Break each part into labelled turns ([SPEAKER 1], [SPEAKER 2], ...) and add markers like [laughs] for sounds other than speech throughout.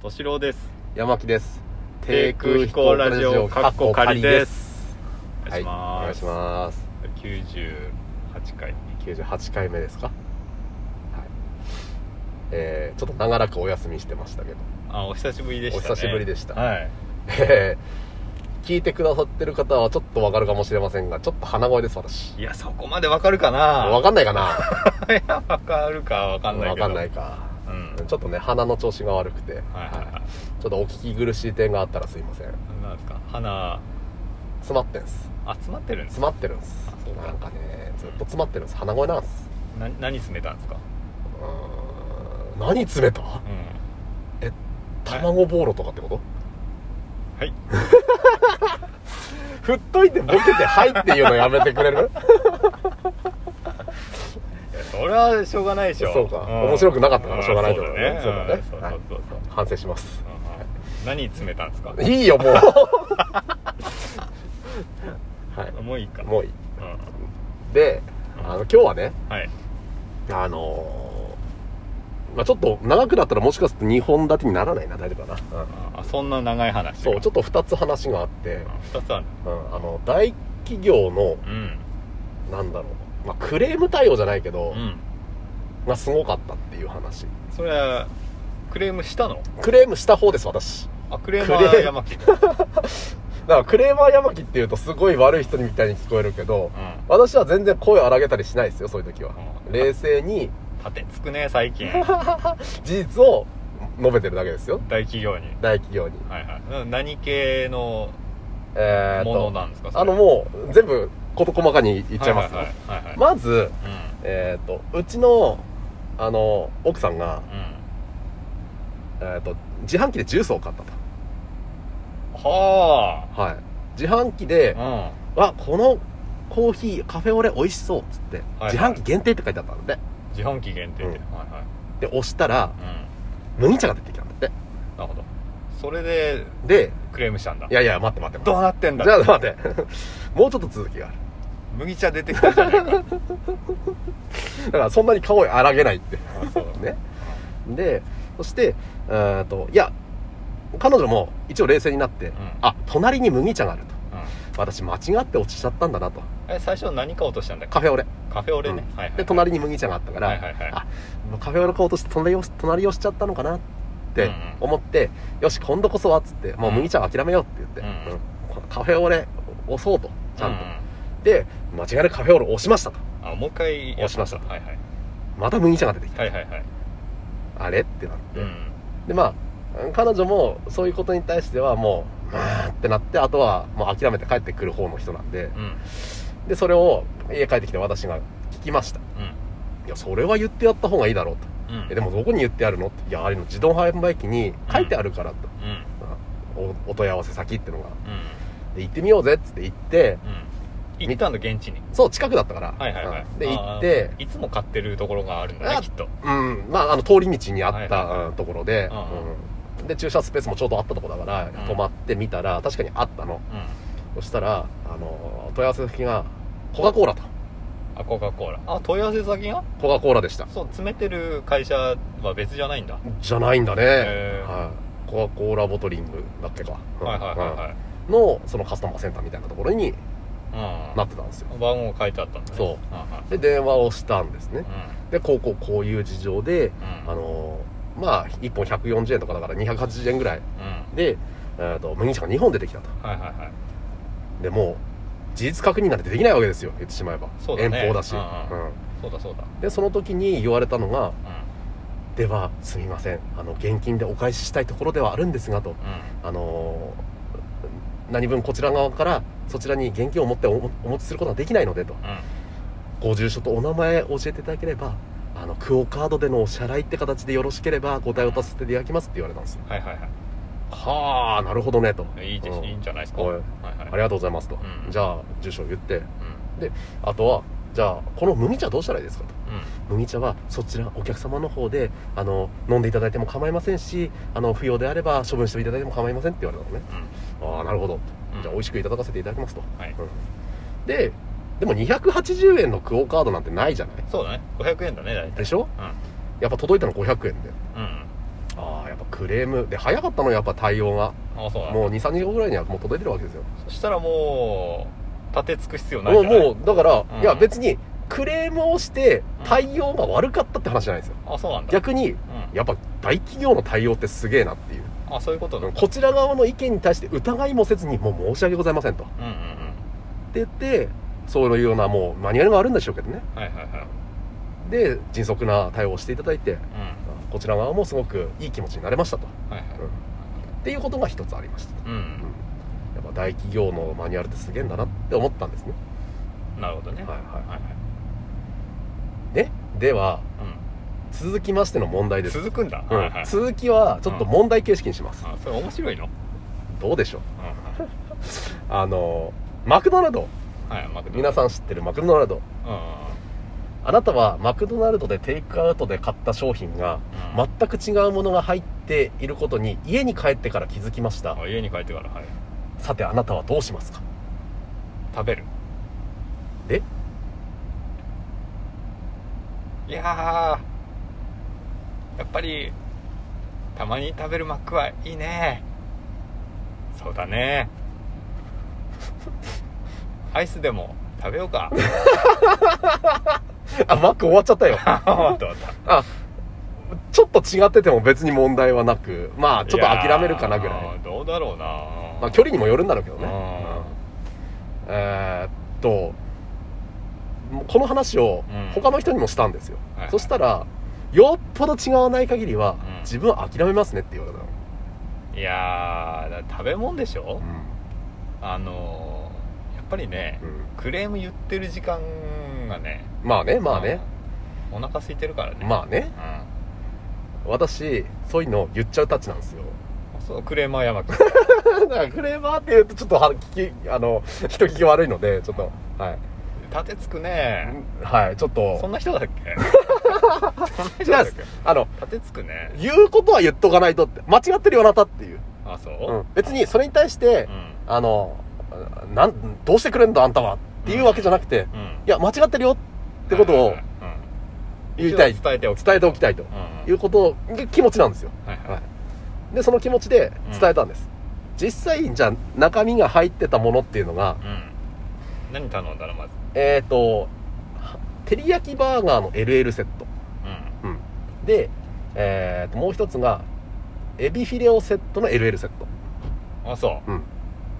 [SPEAKER 1] 敏郎です
[SPEAKER 2] 山木です
[SPEAKER 1] 低空飛行ラジオかっこ仮です
[SPEAKER 2] お願いします、はい、お願いします
[SPEAKER 1] 98回
[SPEAKER 2] 98回目ですかはいえー、ちょっと長らくお休みしてましたけど [laughs]
[SPEAKER 1] あお久しぶりでしたね
[SPEAKER 2] お久しぶりでした
[SPEAKER 1] はい
[SPEAKER 2] えー聞いてくださってる方はちょっとわかるかもしれませんがちょっと鼻声です私
[SPEAKER 1] いやそこまでわかるかな
[SPEAKER 2] わかんないかな
[SPEAKER 1] いやわかるかわかんない
[SPEAKER 2] わ
[SPEAKER 1] けど
[SPEAKER 2] かんないか
[SPEAKER 1] うん
[SPEAKER 2] ちょっとね鼻の調子が悪くて、
[SPEAKER 1] はいはいはい
[SPEAKER 2] ちょっとお聞き苦しい点があったらすいません
[SPEAKER 1] なんですか鼻
[SPEAKER 2] 詰まってんす
[SPEAKER 1] あ詰まってるんです
[SPEAKER 2] 詰まってるんです
[SPEAKER 1] あそうか
[SPEAKER 2] なんかねずっと詰まってるんです鼻声なんです
[SPEAKER 1] な何詰めたんですか
[SPEAKER 2] うーん何詰めた
[SPEAKER 1] うん
[SPEAKER 2] 卵ボーロとかってこと
[SPEAKER 1] はい
[SPEAKER 2] 振っといてボケて「はい」っていうのやめてくれる
[SPEAKER 1] いやそれはしょうがないでしょ
[SPEAKER 2] そうか面白くなかったからしょうがない
[SPEAKER 1] と
[SPEAKER 2] け
[SPEAKER 1] 思
[SPEAKER 2] ど
[SPEAKER 1] う
[SPEAKER 2] ね
[SPEAKER 1] ん
[SPEAKER 2] そうだね
[SPEAKER 1] そうそうそうそう
[SPEAKER 2] 反省します
[SPEAKER 1] うん何詰めたんですか
[SPEAKER 2] いいよもうはい
[SPEAKER 1] もういいか
[SPEAKER 2] もういい
[SPEAKER 1] うん
[SPEAKER 2] であの今日はね
[SPEAKER 1] はい
[SPEAKER 2] あのーまあ、ちょっと長くなったらもしかすると2本立てにならないな大丈夫かな、うん
[SPEAKER 1] あそんな長い話
[SPEAKER 2] そうちょ
[SPEAKER 1] っ
[SPEAKER 2] っと2つ話があって、
[SPEAKER 1] 2つある
[SPEAKER 2] うん、あの大企業の
[SPEAKER 1] うん
[SPEAKER 2] なんだろう、まあ、クレーム対応じゃないけど、
[SPEAKER 1] うん
[SPEAKER 2] がすごかったっていう話
[SPEAKER 1] それはクレームしたの
[SPEAKER 2] クレームした方です私
[SPEAKER 1] あクレーマー
[SPEAKER 2] クレー
[SPEAKER 1] 山木うん
[SPEAKER 2] だからクレーマー山木っていうとすごい悪い人みたいに聞こえるけど私は全然声を荒げたりしないですよそういう時は
[SPEAKER 1] うん
[SPEAKER 2] 冷静に
[SPEAKER 1] 盾つくね最近
[SPEAKER 2] 事実を述べてるだけですよ
[SPEAKER 1] 大企業に
[SPEAKER 2] 大企業に
[SPEAKER 1] はいはい何系の
[SPEAKER 2] えー、
[SPEAKER 1] もの
[SPEAKER 2] と
[SPEAKER 1] なんですか
[SPEAKER 2] あの
[SPEAKER 1] う
[SPEAKER 2] もう全部事細かに言っちゃいますよ、
[SPEAKER 1] はいはいはいはい
[SPEAKER 2] まずえっ、とうちのあの奥さんが、
[SPEAKER 1] うんうん
[SPEAKER 2] えー、と自販機でジュースを買った
[SPEAKER 1] は
[SPEAKER 2] とはい自販機で
[SPEAKER 1] あ
[SPEAKER 2] あこのコーヒーカフェオレ美味しそうっつって、
[SPEAKER 1] はい
[SPEAKER 2] 自販機限定って書いてあったんで
[SPEAKER 1] うん自販機限定で
[SPEAKER 2] うん
[SPEAKER 1] はいはい
[SPEAKER 2] で押したら
[SPEAKER 1] うん
[SPEAKER 2] 麦茶が出てきたんだって
[SPEAKER 1] なるほどそれで
[SPEAKER 2] で
[SPEAKER 1] クレームしたんだ
[SPEAKER 2] いやいや待って待って
[SPEAKER 1] どう
[SPEAKER 2] 待っ
[SPEAKER 1] なってん
[SPEAKER 2] て
[SPEAKER 1] だ
[SPEAKER 2] じゃあ待ってもうちょっと続きがある
[SPEAKER 1] 麦茶出てきたじゃない
[SPEAKER 2] [laughs]
[SPEAKER 1] か
[SPEAKER 2] だからそんなに顔を荒げないって
[SPEAKER 1] あそうだ
[SPEAKER 2] ねでそしてえーといや彼女も一応冷静になって、
[SPEAKER 1] ん
[SPEAKER 2] あ隣に麦茶があると
[SPEAKER 1] うん
[SPEAKER 2] 私間違って落ちちゃったんだなと
[SPEAKER 1] え最初何買おうとしたんだっけ
[SPEAKER 2] カフェオレ
[SPEAKER 1] カフェオレね、
[SPEAKER 2] うん
[SPEAKER 1] はいはい
[SPEAKER 2] で隣に麦茶があったから、
[SPEAKER 1] はいはいはい
[SPEAKER 2] あもうカフェオレ買おうとして隣を隣をしちゃったのかなっ
[SPEAKER 1] う
[SPEAKER 2] て
[SPEAKER 1] んうん
[SPEAKER 2] 思って、よし今度こそはっつってもう麦茶は諦めようって言って、
[SPEAKER 1] うん
[SPEAKER 2] うんカフェオレ押そうとちゃんと、
[SPEAKER 1] うん
[SPEAKER 2] で間違いなくカフェオレ押しましたと
[SPEAKER 1] あもう一回やっ
[SPEAKER 2] 押しました
[SPEAKER 1] はいはい
[SPEAKER 2] また麦茶が出てきた、
[SPEAKER 1] はいはいはい
[SPEAKER 2] あれってなって、
[SPEAKER 1] うん
[SPEAKER 2] でまあ彼女もそういうことに対してはもうまあってなってあとはもう諦めて帰ってくる方の人なんで
[SPEAKER 1] うん
[SPEAKER 2] でそれを家帰ってきて私が聞きましたいやそれは言ってやった方がいいだろうと
[SPEAKER 1] うんうん
[SPEAKER 2] えでもどこに言ってあるのっていやあれの自動販売機に書いてあるからと、
[SPEAKER 1] うんうん
[SPEAKER 2] おお問い合わせ先ってのがで行ってみようぜっつって行って
[SPEAKER 1] うん行ったんだ現地に
[SPEAKER 2] そう近くだったから、
[SPEAKER 1] はいはいはい
[SPEAKER 2] うんで
[SPEAKER 1] あー
[SPEAKER 2] 行って
[SPEAKER 1] いつも買ってるところがあるんだ
[SPEAKER 2] あ
[SPEAKER 1] ねきっと
[SPEAKER 2] うんまああの通り道にあった、
[SPEAKER 1] はいはいはい
[SPEAKER 2] うんところで、
[SPEAKER 1] うん
[SPEAKER 2] うんで駐車スペースもちょうどあったとこだから、
[SPEAKER 1] ん
[SPEAKER 2] 泊まってみたら確かにあったの
[SPEAKER 1] うん
[SPEAKER 2] そしたらあの問い合わせ先がコカ・コーラと
[SPEAKER 1] あコカ・コーラあ問い合わせ先が
[SPEAKER 2] コカ・コーラでした
[SPEAKER 1] そう詰めてる会社は別じゃないんだ
[SPEAKER 2] じゃないんだね、
[SPEAKER 1] へー
[SPEAKER 2] はいコカ・コーラボトリングだっけか、うん
[SPEAKER 1] はいはいはいはい
[SPEAKER 2] うんのそのカスタマーセンターみたいなところ
[SPEAKER 1] う
[SPEAKER 2] に
[SPEAKER 1] ん
[SPEAKER 2] なってたんですよ
[SPEAKER 1] 番号書いてあったんだね
[SPEAKER 2] そう
[SPEAKER 1] は
[SPEAKER 2] で電話をしたんですね
[SPEAKER 1] いはい
[SPEAKER 2] でこうこうこういう事情で
[SPEAKER 1] うんうん
[SPEAKER 2] あのーまあ1本140円とかだから280円ぐらい
[SPEAKER 1] うん
[SPEAKER 2] で、えー、と麦茶が2本出てきたと
[SPEAKER 1] はいはいはい
[SPEAKER 2] でもう事実確認なんてできないわけですよ言ってしまえば、
[SPEAKER 1] そうだ
[SPEAKER 2] 遠
[SPEAKER 1] ね
[SPEAKER 2] 方だし、
[SPEAKER 1] うんうん
[SPEAKER 2] うん
[SPEAKER 1] そうだそうだ
[SPEAKER 2] でその時に言われたのが
[SPEAKER 1] う
[SPEAKER 2] 「ではすみませんあの現金でお返ししたいところではあるんですが」と
[SPEAKER 1] んうん
[SPEAKER 2] あのー何分こちら側からそちらに現金を持っておお持ちすることはできないのでと
[SPEAKER 1] うん
[SPEAKER 2] ご住所とお名前教えていただければあのクオ・カードでのお支払いって形でよろしければご対応させていただきますって言われたんですよ
[SPEAKER 1] はいはいは
[SPEAKER 2] はあなるほどねと
[SPEAKER 1] いいいじゃ
[SPEAKER 2] うん
[SPEAKER 1] いいんじゃないですか
[SPEAKER 2] おい
[SPEAKER 1] はいはい
[SPEAKER 2] ありがとうございますと、
[SPEAKER 1] うん
[SPEAKER 2] じゃあ住所を言って
[SPEAKER 1] う
[SPEAKER 2] あとはじゃあこの麦茶どうしたらいいですかと
[SPEAKER 1] んうん
[SPEAKER 2] 麦茶はそちらお客様の方であの飲んでいただいても構いませんしあの不要であれば処分していただいても構いませんって言われたのねああなるほど
[SPEAKER 1] うん
[SPEAKER 2] じゃあ美味しくいただかせていただきますと、
[SPEAKER 1] はい
[SPEAKER 2] うんででも280円のクオカードなんてないじゃない
[SPEAKER 1] そうだね500円だね大体
[SPEAKER 2] でしょ
[SPEAKER 1] うん
[SPEAKER 2] やっぱ届いたの500円で
[SPEAKER 1] うん
[SPEAKER 2] ああやっぱククレームで早かったのよやっぱ対応が
[SPEAKER 1] あそうだ
[SPEAKER 2] もう23日後ぐらいにはもう届いてるわけですよ
[SPEAKER 1] そしたらもう立てつく必要ない
[SPEAKER 2] も
[SPEAKER 1] ん
[SPEAKER 2] う
[SPEAKER 1] じゃない
[SPEAKER 2] もうだから、
[SPEAKER 1] うん
[SPEAKER 2] いや別にクレームをして対応が悪かったって話じゃないですよ
[SPEAKER 1] あそうなんだ、
[SPEAKER 2] 逆に
[SPEAKER 1] う、
[SPEAKER 2] やっぱ大企業の対応ってすげえなっていうん
[SPEAKER 1] あそういうことだうん
[SPEAKER 2] こちら側の意見に対して疑いもせずにもう申し訳ございませんとって
[SPEAKER 1] うんうん
[SPEAKER 2] 言ってそういうようなもうマニュアルがあるんでしょうけどね
[SPEAKER 1] はいはいはい
[SPEAKER 2] で迅速な対応をしていただいて
[SPEAKER 1] うん
[SPEAKER 2] こちら側もすごくいい気持ちになれましたと
[SPEAKER 1] はいはい
[SPEAKER 2] っていうことが一つありましたと、
[SPEAKER 1] う
[SPEAKER 2] うん
[SPEAKER 1] ん、
[SPEAKER 2] やっぱ大企業のマニュアルってすげえんだなって思ったんですね
[SPEAKER 1] なるほどね
[SPEAKER 2] はいはい
[SPEAKER 1] はいはい
[SPEAKER 2] ででは
[SPEAKER 1] うん
[SPEAKER 2] 続きましての問題です、
[SPEAKER 1] 続くんだ、
[SPEAKER 2] うん
[SPEAKER 1] はいはい
[SPEAKER 2] 続きはちょっと問題形式にします、
[SPEAKER 1] あそれ面白いの、
[SPEAKER 2] どうでしょう
[SPEAKER 1] う
[SPEAKER 2] あのマクドナルド
[SPEAKER 1] ん、はいマクド
[SPEAKER 2] 皆さん知ってるマクドナルド
[SPEAKER 1] うんうんうん
[SPEAKER 2] あなたはマクドナルドでテイクアウトで買った商品が全く違うものが入っていることに家に帰ってから気づきました
[SPEAKER 1] あ家に帰ってからはい
[SPEAKER 2] さてあなたはどうしますか
[SPEAKER 1] 食べる
[SPEAKER 2] え
[SPEAKER 1] いやーやっぱりたまに食べるマックはいいねそうだねアイスでも食べよう
[SPEAKER 2] [laughs]
[SPEAKER 1] か
[SPEAKER 2] あマック終わっちゃったよ
[SPEAKER 1] あ終わった終わっ
[SPEAKER 2] あちょっと違ってても別に問題はなくまあ
[SPEAKER 1] た
[SPEAKER 2] ちょっと諦めるかなぐらい
[SPEAKER 1] やーどうだろうな
[SPEAKER 2] まあ距離にもよるんだろうけどね
[SPEAKER 1] あ
[SPEAKER 2] うんえーっともうこの話を
[SPEAKER 1] うん
[SPEAKER 2] 他の人にもしたんですよ、
[SPEAKER 1] はいはい
[SPEAKER 2] そしたらよっぽど違わない限りは、
[SPEAKER 1] うん
[SPEAKER 2] 自分は諦めますねって言われたの、
[SPEAKER 1] いやーだから食べ物でしょあのーやっぱりね
[SPEAKER 2] うん
[SPEAKER 1] クレーム言ってる時間がね
[SPEAKER 2] まあねまあね、
[SPEAKER 1] うんお腹空いてるからね
[SPEAKER 2] まあね
[SPEAKER 1] あ
[SPEAKER 2] 私そういうの言っちゃうタッチなんですよ
[SPEAKER 1] うんそうクレーマー山君
[SPEAKER 2] だからクレーマーって言うとちょっとは聞きあの人聞き悪いのでちょっとはい、
[SPEAKER 1] 立てつくね
[SPEAKER 2] はいちょっ
[SPEAKER 1] そん
[SPEAKER 2] と
[SPEAKER 1] な人だっけそん
[SPEAKER 2] [laughs]
[SPEAKER 1] な人
[SPEAKER 2] 違
[SPEAKER 1] だ
[SPEAKER 2] う
[SPEAKER 1] っ
[SPEAKER 2] です
[SPEAKER 1] け
[SPEAKER 2] あの
[SPEAKER 1] 立てつくね
[SPEAKER 2] 言うことは言っとかないとって間違ってるよあなたっていう、
[SPEAKER 1] あそうう、
[SPEAKER 2] ん、別にそれに対して、
[SPEAKER 1] うん
[SPEAKER 2] あのなんどうしてくれんだあんたはっていうわけじゃなくて、
[SPEAKER 1] うん
[SPEAKER 2] いや間違ってるよってこと
[SPEAKER 1] はい
[SPEAKER 2] を
[SPEAKER 1] はいはいうん
[SPEAKER 2] 言いたい
[SPEAKER 1] 一応伝えておき
[SPEAKER 2] 伝えておきたいと
[SPEAKER 1] うんうん
[SPEAKER 2] いうことが気持ちなんですよ
[SPEAKER 1] はいはい
[SPEAKER 2] でその気持ちで伝えたんです、実際じゃあ中身が入ってたものっていうのが
[SPEAKER 1] うん何頼んだのまず
[SPEAKER 2] えっ、とは照り焼きバーガーの LL セット
[SPEAKER 1] うん
[SPEAKER 2] で、えーともう一つがエビフィレオセットの LL セット
[SPEAKER 1] あそ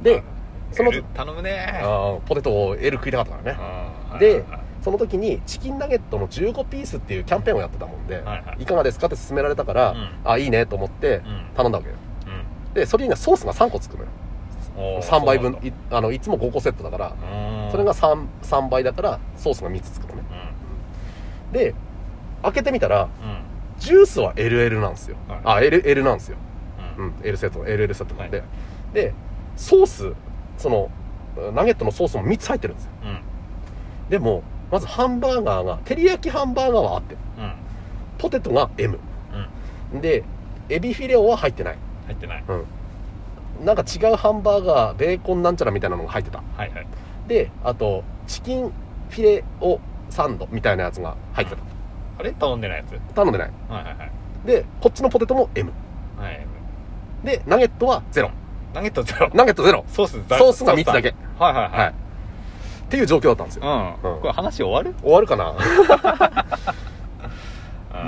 [SPEAKER 1] う
[SPEAKER 2] でそ
[SPEAKER 1] そ
[SPEAKER 2] の
[SPEAKER 1] の頼む
[SPEAKER 2] あ
[SPEAKER 1] ね
[SPEAKER 2] ーポテトを L 食いたかったからね
[SPEAKER 1] うん
[SPEAKER 2] で
[SPEAKER 1] はい
[SPEAKER 2] その時にチキンナゲットの15ピースっていうキャンペーンをやってたもんで、
[SPEAKER 1] はいはい
[SPEAKER 2] いかがですかって勧められたから、
[SPEAKER 1] うん
[SPEAKER 2] あいいねと思って
[SPEAKER 1] うん
[SPEAKER 2] 頼んだわけよ
[SPEAKER 1] うん
[SPEAKER 2] でそれにはソースが3個つくのよ
[SPEAKER 1] おー
[SPEAKER 2] 3倍分
[SPEAKER 1] そう
[SPEAKER 2] いあのいつも5個セットだから、
[SPEAKER 1] なんだ
[SPEAKER 2] それが 3, 3倍だからソースが3つつくのね
[SPEAKER 1] うん
[SPEAKER 2] で開けてみたら
[SPEAKER 1] うんうん
[SPEAKER 2] ジュースは LL なんですよ、
[SPEAKER 1] はい
[SPEAKER 2] あ L, L なんですよ、
[SPEAKER 1] う
[SPEAKER 2] うんん、L セット LL セットなんで、
[SPEAKER 1] は
[SPEAKER 2] でソースそのナゲットのソースも3つ入ってるんですよ
[SPEAKER 1] うん
[SPEAKER 2] でもまずハンバーガーが照り焼きハンバーガーはあって
[SPEAKER 1] うん
[SPEAKER 2] ポテトが M
[SPEAKER 1] うん
[SPEAKER 2] でエビフィレオは入ってない
[SPEAKER 1] 入ってない
[SPEAKER 2] なんか違うハンバーガーベーコンなんちゃらみたいなのが入ってた
[SPEAKER 1] はいはい
[SPEAKER 2] であとチキンフィレオサンドみたいなやつが入ってた、
[SPEAKER 1] あれ頼んでないやつは
[SPEAKER 2] 頼んでない
[SPEAKER 1] いはいはい
[SPEAKER 2] でこっちのポテトも M
[SPEAKER 1] はい
[SPEAKER 2] でナゲットはゼロ
[SPEAKER 1] ナゲットゼ
[SPEAKER 2] [laughs]
[SPEAKER 1] ロ
[SPEAKER 2] ナゲットゼロ
[SPEAKER 1] ソースだ
[SPEAKER 2] ソースが3つだけ
[SPEAKER 1] はいはい
[SPEAKER 2] はいっていう状況だったんですよ
[SPEAKER 1] はいうん
[SPEAKER 2] うん
[SPEAKER 1] これ話終わる
[SPEAKER 2] 終わるかな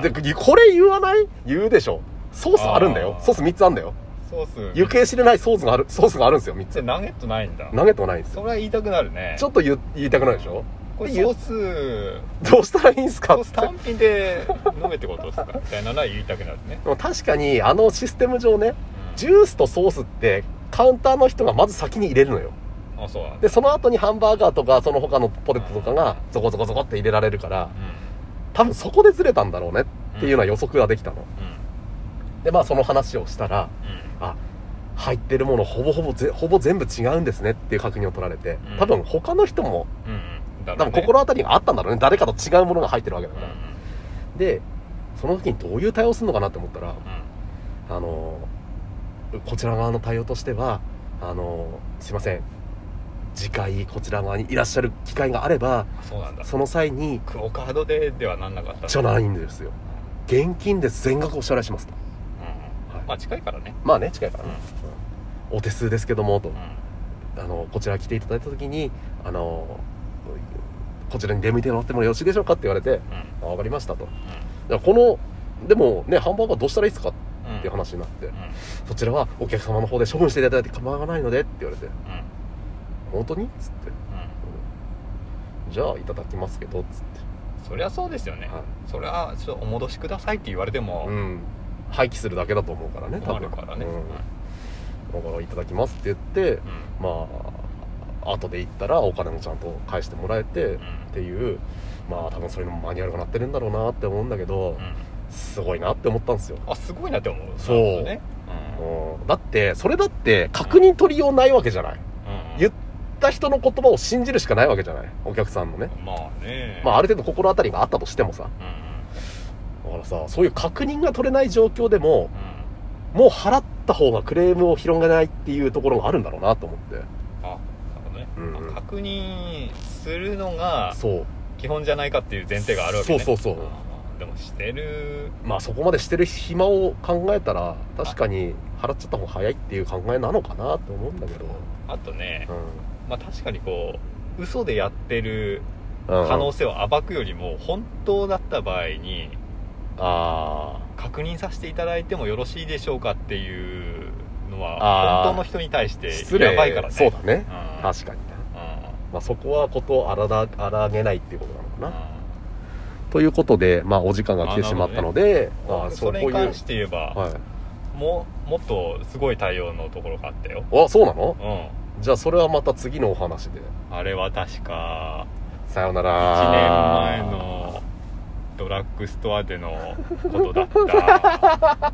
[SPEAKER 2] でこれ言わない言うでしょソースあるんだよ
[SPEAKER 1] あー
[SPEAKER 2] ソース3つあるんだよ
[SPEAKER 1] ソース
[SPEAKER 2] 行方知れないソースがあるソースがあるんですよ3
[SPEAKER 1] じゃあ
[SPEAKER 2] つ
[SPEAKER 1] ナゲットないんだ
[SPEAKER 2] ナゲットはないんですよ
[SPEAKER 1] それは言いたくなるね
[SPEAKER 2] ちょっと言う言いたくないでしょ
[SPEAKER 1] これ
[SPEAKER 2] 言
[SPEAKER 1] ソ
[SPEAKER 2] う
[SPEAKER 1] ース
[SPEAKER 2] どうしたらいいんすか
[SPEAKER 1] ソー
[SPEAKER 2] って
[SPEAKER 1] ス単品で飲めってことですかみたいなのは言いたくなる
[SPEAKER 2] [laughs]
[SPEAKER 1] ね
[SPEAKER 2] でも確かにあのシステム上ねジュースとソースってカウンターの人がまず先に入れるのよ
[SPEAKER 1] うんあそうなんだ
[SPEAKER 2] でその後にハンバーガーとかその他のポテトとかがゾコゾコゾコって入れられるから多分そこでずれたんだろうねっていうような予測ができたの
[SPEAKER 1] うん
[SPEAKER 2] でまあその話をしたら
[SPEAKER 1] うんうん
[SPEAKER 2] あ入ってるものほぼほぼぜほぼ全部違うんですねっていう確認を取られて
[SPEAKER 1] うん
[SPEAKER 2] 多分他の人も
[SPEAKER 1] うんうんだ
[SPEAKER 2] 多
[SPEAKER 1] ろう
[SPEAKER 2] 分
[SPEAKER 1] ね
[SPEAKER 2] 心当たりがあったんだろうね誰かと違うものが入ってるわけだ
[SPEAKER 1] うん
[SPEAKER 2] か
[SPEAKER 1] うん
[SPEAKER 2] ら、でその時にどういう対応するのかなって思ったらあのこちら側の対応としてはあのすいません次回こちら側にいらっしゃる機会があれば
[SPEAKER 1] うんそうなんだ
[SPEAKER 2] その際に
[SPEAKER 1] クオカードでではなんなかった
[SPEAKER 2] じゃないんですよ現金で全額お支払いしますと
[SPEAKER 1] うん
[SPEAKER 2] はい
[SPEAKER 1] まあ近いからね
[SPEAKER 2] まあね近いから
[SPEAKER 1] う
[SPEAKER 2] ね、
[SPEAKER 1] ん
[SPEAKER 2] お手数ですけどもと
[SPEAKER 1] うん
[SPEAKER 2] あのこちら来ていただいた時にあのこちらに出向いてもらってもよろしいでしょうかって言われて
[SPEAKER 1] うん
[SPEAKER 2] あ分かりましたとだからこのでもねハンバーガーどうしたらいいですかっ
[SPEAKER 1] うん
[SPEAKER 2] ていう話になって、
[SPEAKER 1] うん
[SPEAKER 2] そちらはお客様の方で処分していただいて構わないのでって言われて
[SPEAKER 1] うんうん
[SPEAKER 2] 本当にっつってじゃあいただきますけどっつって、
[SPEAKER 1] そりゃそうですよね、
[SPEAKER 2] はい
[SPEAKER 1] そりゃちょっとお戻しくださいって言われても
[SPEAKER 2] うん、廃棄するだけだと思うからね多
[SPEAKER 1] 困
[SPEAKER 2] 分
[SPEAKER 1] るからね、
[SPEAKER 2] う
[SPEAKER 1] うんん
[SPEAKER 2] だからいただきますって言ってまあ後で行ったらお金もちゃんと返してもらえて
[SPEAKER 1] うん
[SPEAKER 2] っていうまあ多分そういうのもマニュアルがなってるんだろうなって思うんだけど
[SPEAKER 1] うん
[SPEAKER 2] すごいなって思ったんですよ、
[SPEAKER 1] あすごいなって思う
[SPEAKER 2] そう
[SPEAKER 1] なるほどね、
[SPEAKER 2] うん、だってそれだって確認取りようないわけじゃない
[SPEAKER 1] うんうん
[SPEAKER 2] 言った人の言葉を信じるしかないわけじゃないお客さんのね
[SPEAKER 1] まあね
[SPEAKER 2] まあある程度心当たりがあったとしてもさ
[SPEAKER 1] うん
[SPEAKER 2] だからさそういう確認が取れない状況でも
[SPEAKER 1] うん
[SPEAKER 2] もう払った方がクレームを広げないっていうところがあるんだろうなと思って
[SPEAKER 1] あなるほどね、
[SPEAKER 2] うんうん
[SPEAKER 1] まあ確認するのが
[SPEAKER 2] そう
[SPEAKER 1] 基本じゃないかっていう前提があるわけね
[SPEAKER 2] そうそうそう
[SPEAKER 1] あーでもしてる
[SPEAKER 2] まあそこまでしてる暇を考えたら確かに払っちゃった方が早いっていう考えなのかなと思うんだけど、
[SPEAKER 1] あとね、
[SPEAKER 2] う
[SPEAKER 1] まあ、確かにこう嘘でやってる
[SPEAKER 2] ん
[SPEAKER 1] 可能性を暴くよりも本当だった場合に
[SPEAKER 2] あ
[SPEAKER 1] 確認させていただいてもよろしいでしょうかっていうの
[SPEAKER 2] あ
[SPEAKER 1] は
[SPEAKER 2] ー
[SPEAKER 1] 本当の人に対し
[SPEAKER 2] あ
[SPEAKER 1] て
[SPEAKER 2] 失礼
[SPEAKER 1] やばいからね
[SPEAKER 2] そうだね
[SPEAKER 1] うん、
[SPEAKER 2] 確かにな、
[SPEAKER 1] うん
[SPEAKER 2] まあ、そこはことを荒だ荒げないっていうことなのかな、
[SPEAKER 1] う
[SPEAKER 2] ということでまあお時間が来てしまったので
[SPEAKER 1] ん
[SPEAKER 2] まあ
[SPEAKER 1] それ
[SPEAKER 2] こ
[SPEAKER 1] に関して言えば、
[SPEAKER 2] はい
[SPEAKER 1] ももっとすごい対応のところがあったよ
[SPEAKER 2] あそうなの
[SPEAKER 1] う
[SPEAKER 2] じゃあそれはまた次のお話で
[SPEAKER 1] んあれは確か
[SPEAKER 2] さような
[SPEAKER 1] 1
[SPEAKER 2] ら
[SPEAKER 1] 年前のドラッグストアでのことだった